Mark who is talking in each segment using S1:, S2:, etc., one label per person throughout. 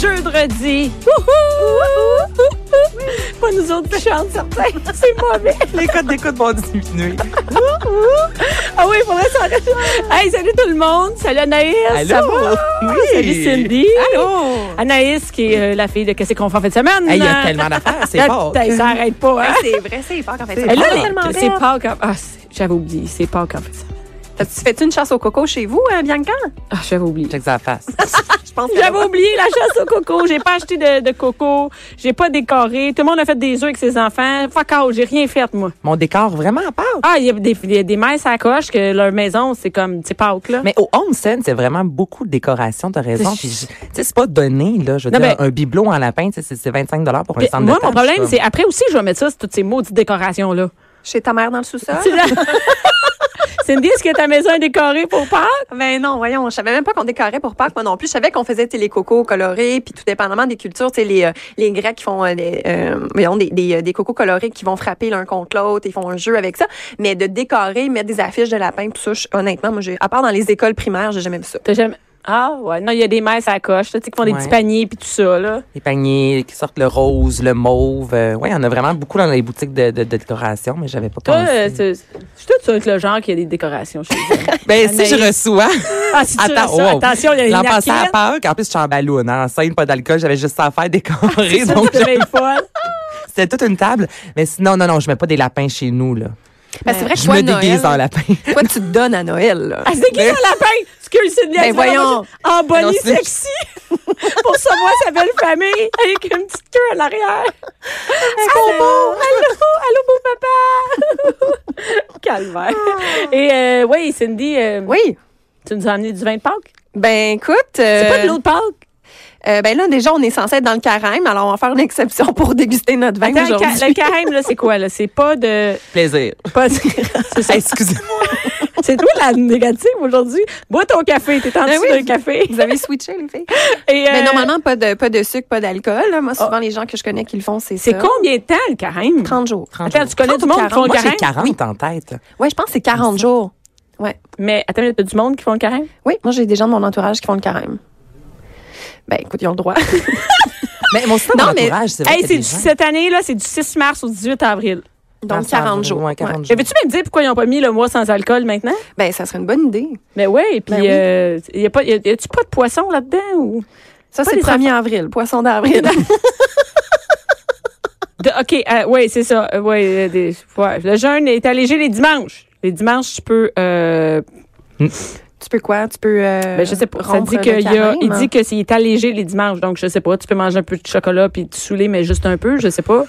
S1: Jeudi. Pas nous autres qui chantent, certains. C'est mauvais.
S2: Les codes d'écoute vont diminuer.
S1: Ah oui, il faudrait s'arrêter. Hey, salut tout le monde. Salut Anaïs.
S2: Allô?
S1: Ah, Ça va?
S2: Oui.
S1: Salut Cindy.
S2: Allô?
S1: Anaïs, qui est euh, la fille de Qu'est-ce qu'on fait en fin de semaine?
S2: Hey, Il y a tellement d'affaires, c'est
S1: Ah,
S2: pas.
S1: putain, Ça n'arrête pas, hein?
S3: C'est vrai, c'est fort en fait.
S1: Et
S2: Elle
S1: là,
S2: Ah,
S1: les-
S3: tellement
S1: c'est
S3: belle.
S1: pas comme. Ah, c'est- j'avais oublié. C'est pas comme ça.
S3: Tu fais une chasse au coco chez vous, hein, Bianca?
S1: Ah, j'avais oublié.
S2: Check sa face.
S3: Ah, Je pense que
S1: J'avais oublié la chasse au coco. J'ai pas acheté de, de coco. J'ai pas décoré. Tout le monde a fait des œufs avec ses enfants. Fuck out, j'ai rien fait, moi.
S2: Mon décor vraiment à part.
S1: Ah, il y a des, il y a des mères à coche que leur maison, c'est comme, c'est Pâques, là.
S2: Mais au home scène, c'est vraiment beaucoup de décoration, t'as raison.
S1: Je-
S2: Puis, je- tu sais, c'est pas donné, là. Je veux
S1: Non,
S2: dire,
S1: ben-
S2: un bibelot en lapin, tu sais, c'est c'est 25 pour un
S1: Puis
S2: centre
S1: moi, mon
S2: de tâches,
S1: problème,
S2: là.
S1: c'est après aussi, je vais mettre ça, c'est toutes ces maudites décorations-là.
S3: Chez ta mère dans le sous-sol?
S1: C'est là- Cindy, est-ce que ta maison est décorée pour Pâques?
S3: Ben non, voyons, je savais même pas qu'on décorait pour Pâques, moi non plus. Je savais qu'on faisait tu sais, les cocos colorés, puis tout dépendamment des cultures, tu sais, les, euh, les Grecs qui font euh, les, euh, voyons, des, des, euh, des cocos colorés qui vont frapper l'un contre l'autre, ils font un jeu avec ça. Mais de décorer, mettre des affiches de lapin, tout ça, je- honnêtement, moi, j'ai- à part dans les écoles primaires, j'ai jamais vu ça.
S1: T'as jamais. Ah, ouais. Non, il y a des mères à coche, là, tu sais, qui font des
S2: Ouais.
S1: petits paniers puis tout ça, là.
S2: Les paniers qui sortent le rose, le mauve. euh, ouais, il y en a vraiment beaucoup dans les boutiques de, de- de décoration, mais j'avais pas
S1: Toi,
S2: pensé.
S1: euh, c'est- je suis toute sûre que le genre qui a des décorations chez eux.
S2: ben, si je reçois.
S1: Ah, si tu
S2: Attends,
S1: reçois-
S2: wow.
S1: attention, il y a une
S2: L'an passé à
S1: narquette.
S2: Pâques, en plus, je suis en ballon, hein, en scène, pas d'alcool, j'avais juste ça à faire décorer. donc,
S1: Ah, C'est bien folle.
S2: c'était toute une table. Mais sinon, non, non, je mets pas des lapins chez nous, là.
S3: Ben, c'est vrai que
S2: Je
S3: toi,
S2: me
S3: Noël,
S2: déguise en lapin.
S3: toi, tu te donnes à Noël, là.
S1: Ah, c'est qui
S2: Mais-
S1: son lapin? Excuse, c'est de la
S3: Ben voyons.
S1: En
S2: Non,
S1: bonnie
S2: c'est-
S1: sexy. Pour savoir sa belle famille avec une petite queue à l'arrière. Allô, allô, allô, beau papa. Calvaire. Et euh, oui, Cindy, euh,
S3: Oui.
S1: tu nous as amené du vin de Pâques.
S3: Ben écoute.
S1: C'est pas
S3: euh,
S1: de l'eau de Pâques.
S3: Euh, ben là, déjà, on est censé être dans le carême, alors on va faire une exception pour déguster notre vin
S1: Attends, le
S3: aujourd'hui.
S1: ca- le carême, là, c'est quoi? là? C'est pas de.
S2: Plaisir.
S1: pas de- c'est ça.
S2: Excusez-moi.
S1: C'est toi la négative aujourd'hui. Bois ton café. T'es en
S3: Ben
S1: dessous d'un
S3: oui.
S1: café.
S3: Vous avez switché, les filles?
S1: Et,
S3: Ben,
S1: euh, Oh.
S3: normalement, pas de, pas de sucre, pas d'alcool. là. Moi, souvent, les gens que je connais qui le font, c'est ça.
S1: C'est combien de temps le carême?
S3: 30 jours.
S1: Attends, tu connais du monde qui font le
S2: Moi, j'ai
S1: carême?
S2: 40 en tête.
S3: Ouais, je pense que c'est 40 jours. Ouais.
S1: Mais attends, il y a du monde qui font le carême?
S3: Oui, moi, j'ai des gens de mon entourage qui font le carême. Ben, écoute, ils ont le droit.
S2: Mais mon système
S3: Non, mais-
S2: d'entourage, c'est vrai
S1: Hey,
S2: qu'il
S1: c'est du-
S2: y a des gens-
S1: cette année, là, c'est du 6 mars au 18 avril. Ah,
S3: Donc, 40 jours.
S2: Ouais, 40 jours.
S1: J'avais-tu même dire pourquoi ils n'ont pas mis le mois sans alcool maintenant?
S3: Ouais. Ben, ça serait une bonne idée.
S1: Mais ouais, puis
S3: Ben oui.
S1: euh, y a pas, y a- y a-tu pas de poisson là-dedans ou?
S3: Ça,
S1: Pas
S3: c'est le
S1: des
S3: 1er avril, poisson d'avril.
S1: De- ok, euh, ouais, c'est ça. Euh, ouais, euh, des- ouais. le jeûne est allégé les dimanches. Les dimanches, tu peux. Euh,
S3: tu peux quoi? Tu peux. euh,
S1: ben, je sais pas. Ça
S3: rompre
S1: dit
S3: le
S1: qu'il y a,
S3: carême,
S1: il
S3: hein?
S1: dit que c'est il est allégé les dimanches, donc je sais pas. Tu peux manger un peu de chocolat puis te saouler, mais juste un peu, je sais pas.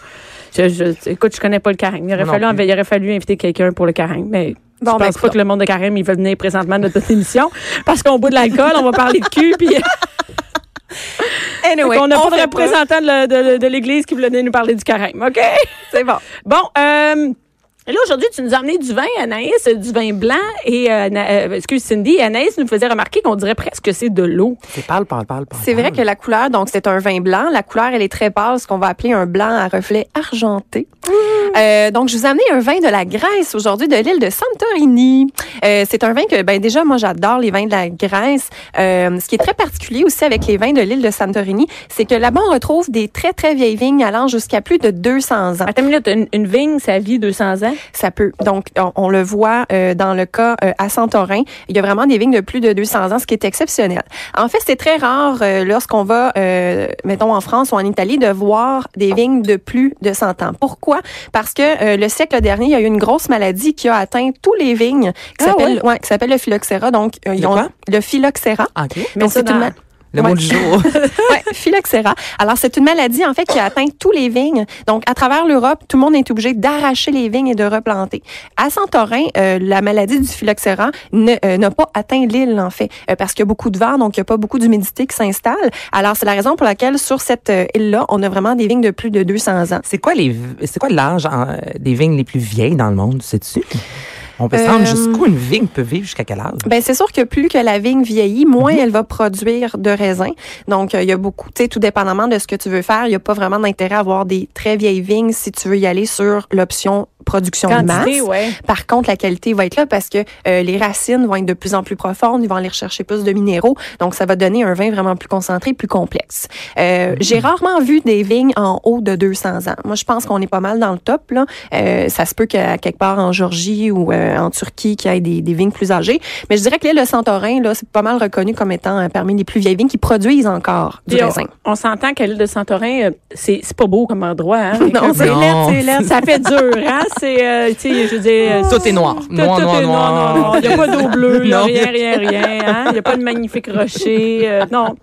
S1: Je, je- écoute, je connais pas le carême. Il aurait,
S2: Moi non
S1: fallu,
S2: plus.
S1: il aurait fallu inviter quelqu'un pour le carême, mais
S3: Bon,
S1: je
S3: ben,
S1: pense pas que le monde de carême, il va venir présentement à notre émission parce qu'on boit de l'alcool, on va parler de cul, puis
S3: anyway,
S1: on n'a pas
S3: fait
S1: de représentant de, la- de- de l'Église qui voulait venir nous parler du carême, OK?
S3: C'est bon.
S1: Bon, euh, là, aujourd'hui, tu nous as amené du vin, Anaïs, euh, du vin blanc, et, euh, Ana- euh, excuse, Cindy, Anaïs nous faisait remarquer qu'on dirait presque que c'est de l'eau.
S2: C'est parle, parle, parle, parle.
S3: C'est vrai
S2: parle.
S3: que la couleur, donc c'est un vin blanc. La couleur, elle est très pâle, ce qu'on va appeler un blanc à reflet argenté. Euh, donc, je vous ai amené un vin de la Grèce aujourd'hui, de l'île de Santorini. Euh, c'est un vin que, ben déjà, moi, j'adore les vins de la Grèce. Euh, ce qui est très particulier aussi avec les vins de l'île de Santorini, c'est que là-bas, on retrouve des très, très vieilles vignes allant jusqu'à plus de 200 ans.
S1: Attends une minute, une, une vigne, ça vit 200 ans?
S3: Ça peut. Donc, on, on le voit euh, dans le cas euh, à Santorin. Il y a vraiment des vignes de plus de 200 ans, ce qui est exceptionnel. En fait, c'est très rare euh, lorsqu'on va, euh, mettons, en France ou en Italie, de voir des vignes de plus de 100 ans. Pourquoi? Parce que euh, le siècle dernier, il y a eu une grosse maladie qui a atteint tous les vignes, qui
S1: Ah
S3: s'appelle ouais, qui s'appelle le phylloxéra. Donc, euh, ils
S2: Le
S3: ont-
S2: quoi?
S3: le phylloxéra.
S2: Ah, OK.
S1: Mais
S3: Donc,
S1: ça,
S3: c'est une
S1: dans-
S3: ma-
S2: Le
S3: Ouais.
S2: mot du jour.
S3: Ouais, phylloxéra. Alors, c'est une maladie, en fait, qui atteint tous les vignes. Donc, à travers l'Europe, tout le monde est obligé d'arracher les vignes et de replanter. À Santorin, euh, la maladie du phylloxéra ne- euh, n'a pas atteint l'île, en fait, euh, parce qu'il y a beaucoup de vent, donc il n'y a pas beaucoup d'humidité qui s'installe. Alors, c'est la raison pour laquelle, sur cette euh, île-là, on a vraiment des vignes de plus de 200 ans.
S2: C'est quoi les v- c'est quoi l'âge en- des vignes les plus vieilles dans le monde, sais-tu? On peut se
S3: Euh,
S2: rendre jusqu'où une vigne peut vivre jusqu'à quel âge?
S3: Ben c'est sûr que plus que la vigne vieillit, moins elle va produire de raisins. Donc euh, il y a beaucoup, tu sais, tout dépendamment de ce que tu veux faire, il n'y a pas vraiment d'intérêt à avoir des très vieilles vignes si tu veux y aller sur l'option production de masse.
S1: Quantité, ouais.
S3: Par contre, la qualité va être là parce que euh, les racines vont être de plus en plus profondes, ils vont aller rechercher plus de minéraux, donc ça va donner un vin vraiment plus concentré, plus complexe. Euh, J'ai rarement vu des vignes en haut de 200 ans. Moi, je pense qu'on est pas mal dans le top. Là. Euh, ça se peut qu'à quelque part en Georgie ou euh, en Turquie, qu'il y ait des, des vignes plus âgées, mais je dirais que l'île de Santorin, là, c'est pas mal reconnu comme étant euh, parmi les plus vieilles vignes qui produisent encore du
S1: Puis on-
S3: raisin.
S1: On, s'entend qu'à l'île de Santorin, euh, c'est c'est pas beau comme endroit. Hein?
S3: Non,
S2: c'est
S1: laid,
S2: Non.
S1: c'est laid. Ça fait dur, hein? C'est, euh, tu sais, je veux dire... euh,
S2: Tout est noir.
S1: tout-
S2: Noir,
S1: tout
S2: noir,
S1: est
S2: noir.
S1: Il n'y a pas d'eau bleue, il n'y a
S2: Non.
S1: rien, rien, rien. hein. Il n'y a pas de magnifique rocher. euh, non,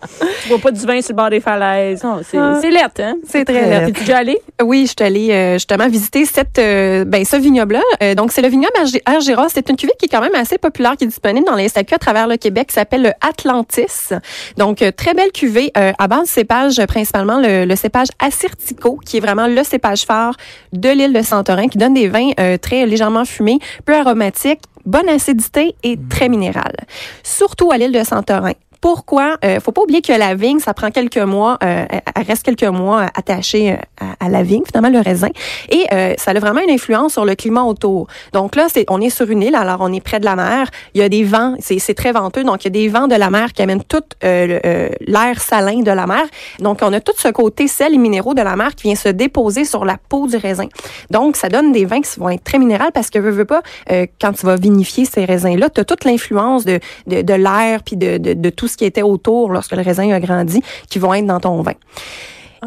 S1: tu vois pas du vin sur le bord des falaises. Non, c'est
S3: Ah.
S1: c'est laid, hein?
S3: C'est très
S2: laid.
S1: T'es-tu déjà allé?
S3: Oui, je suis allée euh, justement visiter cette, euh, ben, ce vignoble-là. Euh, donc, c'est le vignoble Arg- Argyros. C'est une cuvée qui est quand même assez populaire, qui est disponible dans les SAQ à travers le Québec, qui s'appelle le Atlantis. Donc, euh, très belle cuvée euh, à base de cépage, euh, principalement le, le cépage Assyrtico, qui est vraiment le cépage phare de l'île de Santorin, qui donne des vins euh, très légèrement fumés, peu aromatiques, bonne acidité et très minérale. Surtout à l'île de Santorin. Pourquoi? Euh, faut pas oublier que la vigne, ça prend quelques mois, euh, elle- elle reste quelques mois attachée euh, à, à la vigne, finalement, le raisin. Et euh, ça a vraiment une influence sur le climat autour. Donc là, c'est, on est sur une île, alors on est près de la mer. Il y a des vents, c'est, c'est très venteux, donc il y a des vents de la mer qui amènent tout euh, le- euh, l'air salin de la mer. Donc on a tout ce côté sel et minéraux de la mer qui vient se déposer sur la peau du raisin. Donc ça donne des vins qui vont être très minérales parce que, veux, veux pas, euh, quand tu vas vinifier ces raisins-là, tu as toute l'influence de, de, de l'air puis de, de, de tout ce qui était autour lorsque le raisin a grandi qui vont être dans ton vin.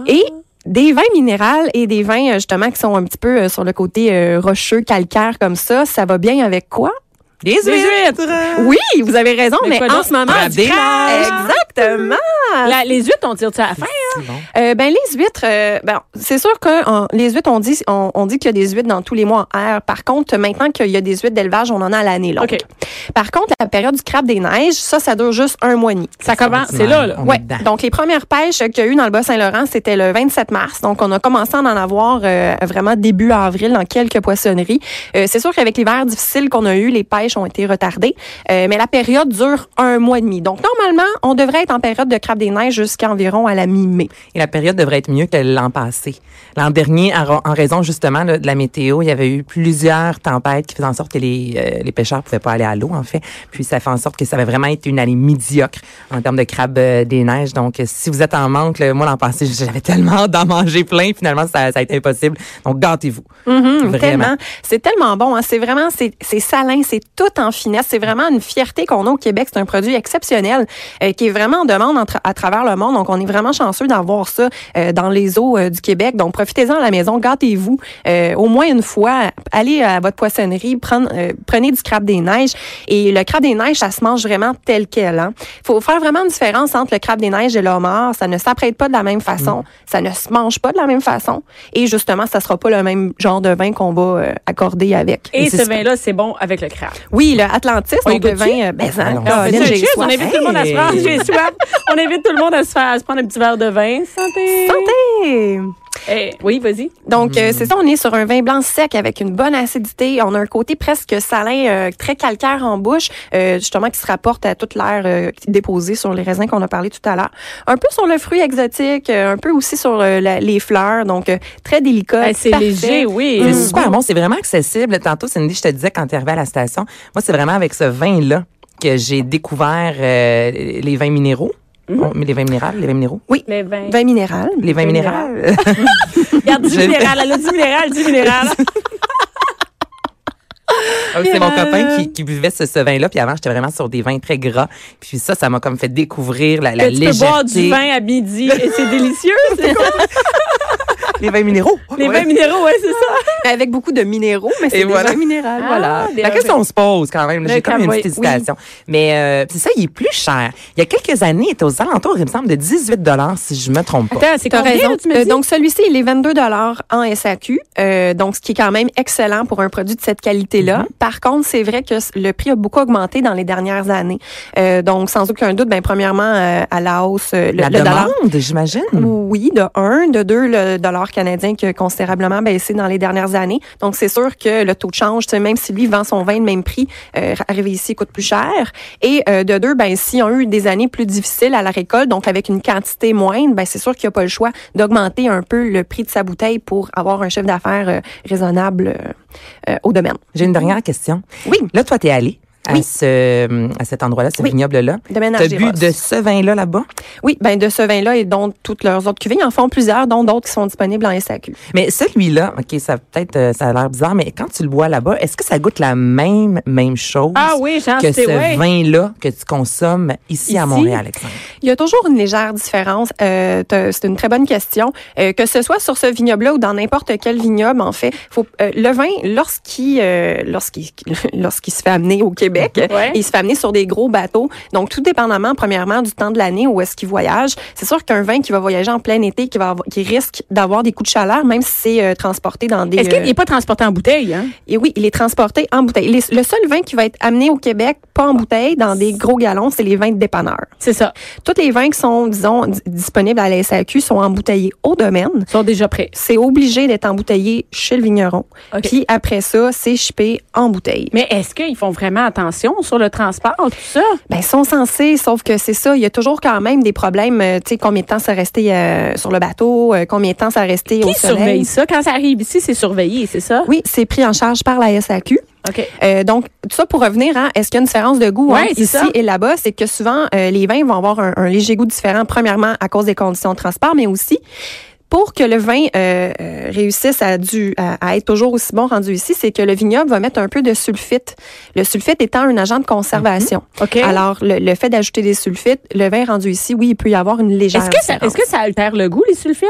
S3: Et des vins minérales et des vins euh, justement qui sont un petit peu euh, sur le côté euh, rocheux, calcaire comme ça, ça va bien avec quoi?
S2: Des
S1: Des huîtres.
S3: Oui, vous avez raison,
S1: Mais
S3: Ah.
S1: quoi
S3: mais, en
S1: donc?
S3: ce moment...
S2: Crabe des
S3: Exactement!
S1: La- les huîtres, on tire ça à la fin. hein?
S3: Euh, ben les huîtres, euh, ben, c'est sûr que en- les huîtres, on dit, on, on dit qu'il y a des huîtres dans tous les mois en air. Par contre, maintenant qu'il y a des huîtres d'élevage, on en a à l'année longue.
S1: OK.
S3: Par contre, la période du crabe des neiges, ça, ça dure juste un mois et demi.
S1: Ça commence, c'est là, là.
S2: On
S3: Ouais.
S2: est dedans.
S3: Donc, les premières pêches qu'il y a eu dans le Bas-Saint-Laurent, c'était le 27 mars. Donc, on a commencé à en avoir euh, vraiment début avril dans quelques poissonneries. Euh, c'est sûr qu'avec l'hiver difficile qu'on a eu, les pêches ont été retardées. Euh, mais la période dure un mois et demi. Donc, normalement, on devrait être en période de crabe des neiges jusqu'à environ à la mi-mai.
S2: Et la période devrait être mieux que l'an passé. L'an dernier, en ra- en raison justement là, de la météo, il y avait eu plusieurs tempêtes qui faisaient en sorte que les, euh, les pêcheurs pouvaient pas aller à l'eau, en fait. Puis ça fait en sorte que ça avait vraiment été une année médiocre en termes de crabes euh, des neiges. Donc, euh, si vous êtes en manque, là, moi, l'an passé, j'avais tellement hâte d'en manger plein. Finalement, ça, ça a été impossible. Donc, gâtez-vous. Vraiment.
S3: Mhm, Tellement. C'est tellement bon. hein. C'est vraiment, c'est c'est salin, c'est tout en finesse. C'est vraiment une fierté qu'on a au Québec. C'est un produit exceptionnel euh, qui est vraiment en demande en tra- à travers le monde. Donc, on est vraiment chanceux d'avoir ça euh, dans les eaux euh, du Québec. Donc, profitez-en à la maison, gâtez-vous euh, au moins une fois. Allez euh, à votre poissonnerie, prendre, euh, prenez du crabe des neiges. Et le crabe des neiges, ça se mange vraiment tel quel. hein. faut faire vraiment une différence entre le crabe des neiges et le homard. Ça ne s'apprête pas de la même
S1: Mm.
S3: façon. Ça ne se mange pas de la même façon. Et justement, ça sera pas le même genre de vin qu'on va euh, accorder avec.
S1: Et ce
S3: c'est-
S1: vin-là, c'est bon avec le crabe.
S3: Oui, le Atlantis,
S1: On y
S3: donc le
S1: Oh, goûte-tu? Ah
S3: vin... euh, ben, ça,
S2: Allons.
S1: Alors,
S3: Caroline,
S1: on fait ça,
S3: j'ai
S1: cheers, on
S3: soif.
S1: invite tout le monde à se faire.
S2: Hey!
S1: J'ai soif. On invite tout le monde à se faire, à se prendre un petit verre de vin. Santé.
S3: Santé!
S1: Eh, oui, vas-y.
S3: Donc,
S2: Mm-hmm.
S3: euh, c'est ça, on est sur un vin blanc sec avec une bonne acidité. On a un côté presque salin, euh, très calcaire en bouche, euh, justement qui se rapporte à toute l'air euh, déposée sur les raisins qu'on a parlé tout à l'heure. Un peu sur le fruit exotique, euh, un peu aussi sur euh, la- les fleurs, donc euh, très délicat.
S1: Eh, c'est
S3: parfait.
S1: léger, oui.
S2: C'est
S1: Mm.
S2: super bon, c'est vraiment accessible. Tantôt, Cindy, je te disais quand tu arrivais à la station, moi, c'est vraiment avec ce vin-là que j'ai découvert euh, les vins minéraux.
S1: Mm-hmm.
S2: Oh, mais les vins minéraux, les vins minéraux.
S1: Les vins.
S3: Vin minéral.
S2: Les vins
S1: Vins
S2: minéraux.
S1: Regarde, du
S2: Je-
S1: minéral. Elle a du minéral, du minéral.
S2: Ah oui, c'est mon
S3: Minéral.
S2: copain qui, qui buvait ce, ce vin-là. Puis avant, j'étais vraiment sur des vins très gras. Puis ça, ça m'a comme fait découvrir la, la
S1: Que tu peux boire
S2: légèreté.
S1: du vin à midi et c'est délicieux. C'est cool.
S2: les vins minéraux.
S1: Les
S2: Ouais.
S1: vins minéraux, ouais, c'est ça.
S3: Mais avec beaucoup de minéraux, mais c'est
S2: Et
S3: des
S2: voilà.
S3: vins minéraux.
S1: Ah,
S3: voilà.
S1: des
S2: La question se pose quand même. là.
S1: Le
S2: J'ai comme une
S1: tramway,
S2: petite hésitation. Mais euh, c'est ça, il est plus cher. Il y a quelques années, il était aux alentours, il me semble, de 18 si je me trompe pas.
S1: Attends, c'est
S3: T'as
S1: combien,
S3: raison.
S1: là, tu me
S3: Euh,
S1: dis?
S3: donc, celui-ci, il est 22 en SAQ, euh, donc ce qui est quand même excellent pour un produit de cette qualité-là.
S1: Mm-hmm.
S3: Par contre, c'est vrai que c- le prix a beaucoup augmenté dans les dernières années. Euh, donc, sans aucun doute, ben, premièrement, euh, à la hausse, euh, le,
S2: La
S3: le dollar.
S2: demande, j'imagine.
S3: Oui, de un. De deux, le dollar canadien qui a considérablement baissé dans les dernières années. Donc, c'est sûr que le taux de change, tu sais, même si lui vend son vin le même prix, euh, arrivé ici, il coûte plus cher. Et euh, de deux, ben, s'ils ont eu des années plus difficiles à la récolte, donc avec une quantité moindre, ben, c'est sûr qu'il n'y a pas le choix d'augmenter un peu le prix de sa bouteille pour avoir un chiffre d'affaires euh, raisonnable euh, euh, au domaine.
S2: J'ai une dernière question.
S3: Oui,
S2: Là, toi, t'es allé à,
S3: Oui.
S2: ce, à cet endroit-là, ce
S3: Oui.
S2: vignoble-là.
S3: domaine
S2: T'as bu
S3: Argyros.
S2: de ce vin-là là-bas?
S3: Oui, ben, de ce vin-là et dont toutes leurs autres cuvées. Ils en font plusieurs, dont d'autres qui sont disponibles en SAQ.
S2: Mais celui-là, OK, ça peut-être euh, ça a l'air bizarre, mais quand tu le bois là-bas, est-ce que ça goûte la même même chose
S1: Ah oui, Jean,
S2: que
S1: c'est
S2: ce
S1: ouais.
S2: vin-là que tu consommes ici, à
S1: Ici?
S2: Montréal, Alexandre?
S3: Il y a toujours une légère différence. Euh, t'as- c'est une très bonne question. Euh, que ce soit sur ce vignoble-là ou dans n'importe quel vignoble, en fait, faut, euh, le vin, lorsqu'il euh, lorsqu'il lorsqu'il se fait amener au Québec,
S1: Ouais.
S3: il se fait amener sur des gros bateaux. Donc, tout dépendamment, premièrement, du temps de l'année où est-ce qu'il voyage. C'est sûr qu'un vin qui va voyager en plein été, qui va avoir- qui risque d'avoir des coups de chaleur, même si c'est euh, transporté dans des
S1: Est-ce
S3: euh,
S1: qu'il n'est pas transporté en bouteille, hein?
S3: et oui, il est transporté en bouteille. Les- le seul vin qui va être amené au Québec, pas en bouteille, dans des gros galons, c'est les vins de dépanneur.
S1: C'est ça.
S3: Tous les vins qui sont, disons, di- disponibles à la SAQ sont embouteillés au domaine.
S1: Ils sont déjà prêts.
S3: C'est obligé d'être embouteillé chez le vigneron.
S1: OK.
S3: Puis après ça, c'est chippé en bouteille.
S1: Mais est-ce qu'ils font vraiment attention sur le transport, tout ça?
S3: Ben, ils sont censés, sauf que c'est ça, il y a toujours quand même des problèmes, euh, tu sais, combien de temps ça restait euh, sur le bateau, euh, combien de temps ça restait au
S1: Qui
S3: soleil.
S1: surveille ça? Quand ça arrive ici, c'est surveillé, c'est ça?
S3: Oui, c'est pris en charge par la SAQ.
S1: OK.
S3: Euh, donc, tout ça pour revenir, hein, est-ce qu'il y a une différence de goût
S1: Ouais,
S3: entre
S1: c'est
S3: ici
S1: ça.
S3: et là-bas? C'est que souvent, euh, les vins vont avoir un, un léger goût différent, premièrement à cause des conditions de transport, mais aussi pour que le vin euh, euh, réussisse à, du, à, à être toujours aussi bon rendu ici, c'est que le vignoble va mettre un peu de sulfite. Le sulfite étant un agent de conservation.
S1: Mhm. OK.
S3: Alors, le, le fait d'ajouter des sulfites, le vin rendu ici, oui, il peut y avoir une légère
S1: Est-ce que, ça,
S3: différence.
S1: est-ce que ça altère le goût, les sulfites?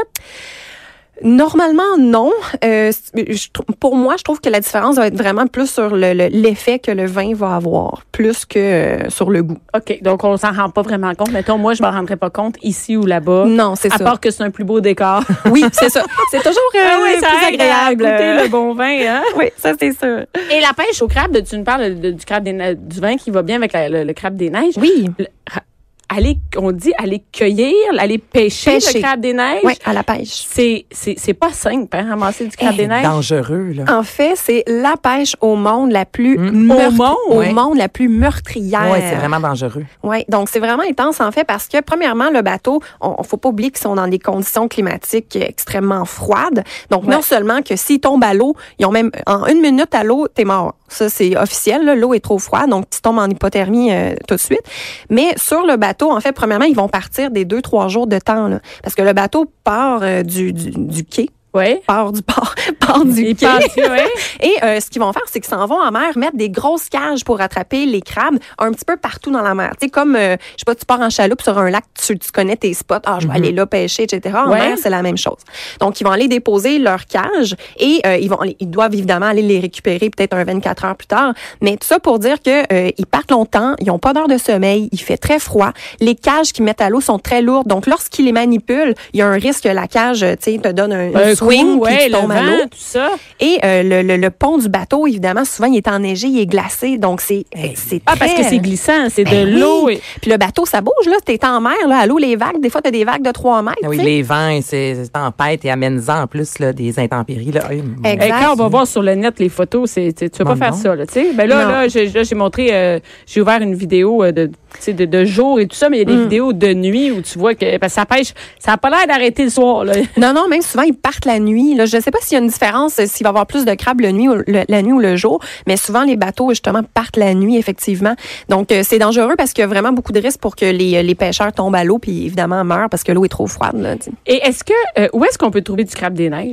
S3: Normalement, non. Euh, je trou- pour moi, je trouve que la différence va être vraiment plus sur le- le- l'effet que le vin va avoir, plus que euh, sur le goût.
S1: OK. Donc, on s'en rend pas vraiment compte. Mettons, moi, je m'en rendrais pas compte ici ou là-bas.
S3: Non, c'est
S1: Ah. À
S3: ça.
S1: part que Mm, c'est un plus beau décor.
S3: Oui, c'est ça. C'est toujours euh,
S1: Ah
S3: plus agréable.
S1: Écoutez le bon vin, hein?
S3: Oui, ça c'est sûr.
S1: Et la pêche au crabe, tu nous parles de- du crabe des ne- du vin qui va bien avec la- le, le crabe des neiges.
S3: Oui.
S1: Le- ra- aller, on dit aller cueillir, aller pêcher,
S3: Pêcher.
S1: le crabe des neiges.
S3: Oui, à la pêche.
S1: C'est, c'est, c'est pas simple, hein, ramasser du crabe
S2: Eh,
S1: des neiges.
S2: dangereux, là.
S3: En fait, c'est la pêche au monde la plus
S2: Mm.
S3: meurtri-
S1: Au monde,
S3: au
S2: ouais.
S3: monde la plus meurtrière.
S2: Ouais, c'est vraiment dangereux.
S3: Oui, donc c'est vraiment intense en fait parce que premièrement le bateau, on, on faut pas oublier qu'ils sont dans des conditions climatiques extrêmement froides. Donc non seulement que s'ils tombent à l'eau, ils ont même en une minute à l'eau, t'es mort. Ça c'est officiel, là, l'eau est trop froide, donc tu tombes en hypothermie euh, tout de suite. Mais sur le bateau, en fait, premièrement, ils vont partir des deux trois jours de temps là, parce que le bateau part euh, du, du, du quai,
S1: Ouais.
S3: part du port, part du
S1: Les
S3: quai.
S1: pâtés, ouais.
S3: Et euh, ce qu'ils vont faire, c'est qu'ils s'en vont en mer, mettre des grosses cages pour attraper les crabes un petit peu partout dans la mer. Tu sais, comme, euh, je sais pas, tu pars en chaloupe sur un lac, tu, tu connais tes spots, ah, je vais aller là pêcher, etc. En
S1: Mhm. Ouais.
S3: mer, c'est la même chose. Donc, ils vont aller déposer leurs cages et euh, ils, vont, aller- ils doivent évidemment aller les récupérer peut-être un 24 heures plus tard. Mais tout ça pour dire que euh, ils partent longtemps, ils ont pas d'heure de sommeil, il fait très froid. Les cages qu'ils mettent à l'eau sont très lourdes. Donc, lorsqu'ils les manipulent, il y a un risque que la cage, euh, tu sais, te donne un,
S1: Un
S3: swing
S1: coup,
S3: puis
S1: ouais,
S3: tu tombes
S1: le
S3: à
S1: vent,
S3: l'eau.
S1: tout ça.
S3: Et euh, le, le- le pont du bateau, évidemment, souvent, il est enneigé, il est glacé. Donc, c'est c'est
S1: Ah, parce que
S3: très-
S1: c'est glissant, c'est
S3: Ben
S1: de
S3: oui.
S1: l'eau. et-
S3: Puis le bateau, ça bouge, là. T'es en mer, là, à l'eau, les vagues. Des fois, t'as des vagues de 3 mètres.
S2: Ah oui,
S3: tu sais.
S2: les vents, et ces tempêtes et amène-en en plus là, des intempéries. Là. Hey, mon-
S3: Exact.
S1: Et quand on va voir sur le net les photos, c'est, tu tu vas pas
S2: Non,
S1: faire
S2: non.
S1: ça, là, tu sais. Ben là,
S3: Non.
S1: là, j'ai, là, j'ai montré, euh, j'ai ouvert une vidéo euh, de, tu sais, de, de jour et tout ça, mais il y a
S3: Mm.
S1: des vidéos de nuit où tu vois que parce que ça pêche, ça a pas l'air d'arrêter le soir, là.
S3: Non, non, même souvent, ils partent la nuit. Là. Je ne sais pas s'il y a une différence, euh, s'il va y avoir plus de crabes le nuit ou le- la nuit ou le jour, mais souvent, les bateaux, justement, partent la nuit, effectivement. Donc, euh, c'est dangereux parce qu'il y a vraiment beaucoup de risques pour que les, euh, les pêcheurs tombent à l'eau puis, évidemment, meurent parce que l'eau est trop froide. Là, tu sais.
S1: Et est-ce que, euh, où est-ce qu'on peut trouver du crabe des neiges?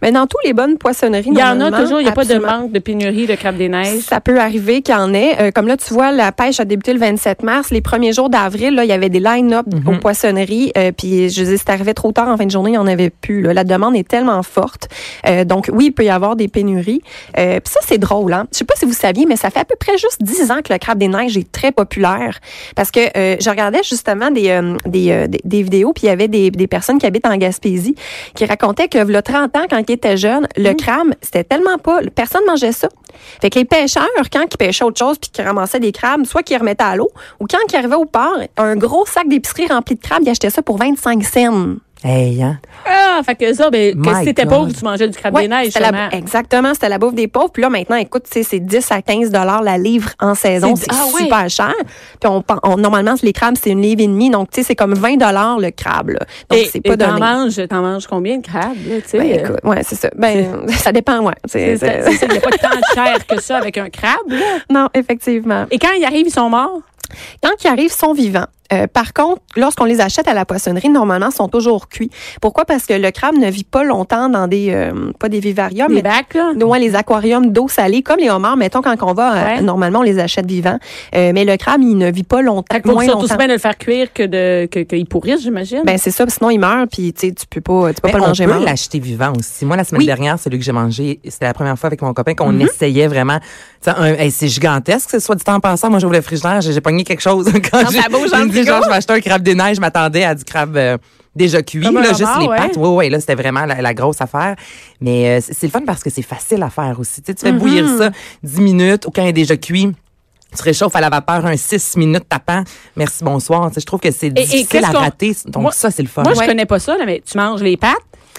S3: mais dans toutes les bonnes poissonneries,
S1: Il y en a
S3: normalement,
S1: toujours, il n'y a pas de
S3: absolument.
S1: manque de pénurie de crabe des neiges.
S3: Ça peut arriver qu'il y en ait. Euh, comme là, tu vois, la pêche a débuté le 27 mars. Les premiers jours d'avril, là, il y avait des line-up aux poissonneries. Euh, puis, je dis, c'est arrivé trop tard en fin de journée, il n'y en avait plus. là. La demande est tellement forte. Euh, donc oui, il peut y avoir des pénuries. Euh, Puis ça, c'est drôle. Hein? Je sais pas si vous saviez, mais ça fait à peu près juste 10 ans que le crabe des neiges est très populaire. Parce que euh, je regardais justement des, euh, des, euh, des, des vidéos, puis il y avait des, des personnes qui habitent en Gaspésie qui racontaient que, le 30 ans, quand ils étaient jeunes, le crabe, c'était tellement pas... Personne mangeait ça. Fait que les pêcheurs, quand ils pêchaient autre chose puis qu'ils ramassaient des crabes, soit qu'ils remettaient à l'eau, ou quand ils arrivaient au port, un gros sac d'épicerie rempli de crabes, ils achetaient ça pour 25 cents.
S2: Hey, hein?
S1: Ah, fait que ça, ben, que
S2: My
S1: si t'étais
S2: God.
S1: pauvre, tu mangeais du crabe
S3: Ouais,
S1: des neiges,
S3: c'était la- eh,
S1: sûrement.
S3: exactement, c'était la bouffe des pauvres. Puis là, maintenant, écoute, tu sais, c'est 10 à 15 dollars la livre en saison.
S1: C'est-
S3: C'est
S1: ah ouais.
S3: super cher. Puis on, pen- on- normalement, les crabes, c'est une livre et demie. Donc, tu sais, c'est comme 20 dollars le crabe. là. Donc,
S1: Et-
S3: c'est pas
S1: et t'en
S3: donné.
S1: manges, t'en manges combien de crabes, là, tu sais?
S3: Ben,
S1: euh,
S3: écoute, ouais, c'est ça. Ben, ça dépend, ouais.
S1: c'est
S3: C'est-
S1: ça,
S3: c'est-
S1: c'est ça, il n'y a pas tant de chair que ça avec un crabe, là.
S3: non, effectivement.
S1: Et quand ils arrivent, ils sont morts.
S3: Quand ils arrivent, ils sont vivants. Euh, par contre, lorsqu'on les achète à la poissonnerie, normalement, ils sont toujours cuits. Pourquoi? Parce que le crabe ne vit pas longtemps dans des, euh, pas des vivariums,
S1: Les
S3: mais
S1: bacs, là.
S3: Ouais, les aquariums d'eau salée, comme les homards, mettons, quand on va, euh,
S1: Ouais.
S3: normalement, on les achète vivants. Euh, mais le crabe, il ne vit pas longtemps,
S1: Fait que pour
S3: moins
S1: ça, tout
S3: longtemps.
S1: se bien de le faire cuire que de, que, qu'ils pourrissent, j'imagine.
S3: Ben, c'est ça, sinon il meurt, puis tu sais, tu peux pas, tu
S1: Ben,
S3: peux
S2: Mais
S3: pas le
S2: on
S3: manger
S2: peut
S3: mort.
S2: l'acheter vivant aussi. Moi, la semaine
S3: Oui.
S2: dernière, celui que j'ai mangé, c'était la première fois avec mon copain
S1: Mm-hmm.
S2: qu'on essayait vraiment. Tu sais, un- hey, c'est gigantesque, ce soit du temps passant. Moi, j'ouvre le frigidaire, j'ai j'ai pogné quelque chose. Quand
S3: Dans
S2: j'ai
S3: ta bouche, dans
S2: j'ai
S3: le
S2: dit,
S3: frigo.
S2: genre, je vais acheter un crabe des neiges, je m'attendais à du crabe euh, déjà cuit,
S1: Comme un
S2: là, juste
S1: homard,
S2: les
S1: ouais.
S2: pattes. Oui, oui, là, c'était vraiment la, la grosse affaire. Mais euh, c'est c'est le fun parce que c'est facile à faire aussi. Tu sais, tu
S1: Mm-hmm.
S2: fais bouillir ça 10 minutes ou quand il est déjà cuit. Tu réchauffes à la vapeur un 6 minutes tapant. Merci, bonsoir. Tu sais, je trouve que c'est
S1: et
S2: difficile
S1: qu'est-ce
S2: à
S1: qu'on-
S2: rater. Donc,
S1: Moi-
S2: ça, c'est le fun.
S1: Moi, je
S3: Ben, Ouais.
S1: connais pas ça, là, mais tu manges les pattes.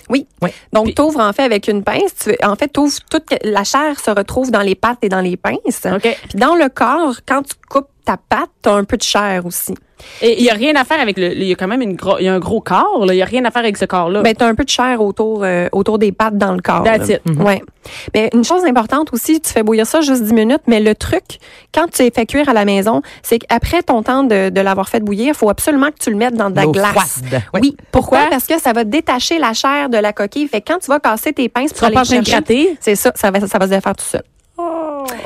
S3: Oui.
S2: Ouais.
S3: Donc, t'ouvres en fait avec une pince. Tu, en fait, t'ouvres toute la chair se retrouve dans les pattes et dans les pinces.
S1: OK.
S3: Puis dans le corps, quand tu coupes ta patte, t'as un peu de chair aussi.
S1: Et il y a rien à faire avec le. Il y a quand même une gro- il y a un gros corps, là. Il y a rien à faire avec ce corps-là.
S3: Ben, t'as un peu de chair autour, euh, autour des pattes dans le corps.
S1: Oh. That's
S3: là.
S1: it.
S3: Ouais. Mais une chose importante aussi, tu fais bouillir ça juste 10 minutes, mais le truc, quand tu les fais cuire à la maison, c'est qu'après ton temps de, de l'avoir fait bouillir, il faut absolument que tu le mettes dans de la
S2: L'eau
S3: glace.
S2: froide. Ouais.
S3: Oui. Pourquoi?
S1: Pourquoi?
S3: Parce que ça va détacher la chair de la coquille. Fait que quand tu vas casser tes pinces
S1: tu seras
S3: pour aller
S1: pas en
S3: le
S1: train de
S3: chercher,
S1: gratter. Oh.
S3: c'est ça, ça va, ça va se faire tout seul.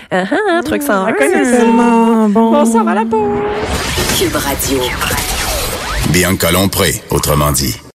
S3: Ah, ah, ah, truc sans
S1: elle connaît
S2: C'est tellement bon.
S1: ça va la peau.
S4: Bianca Lompré, autrement dit.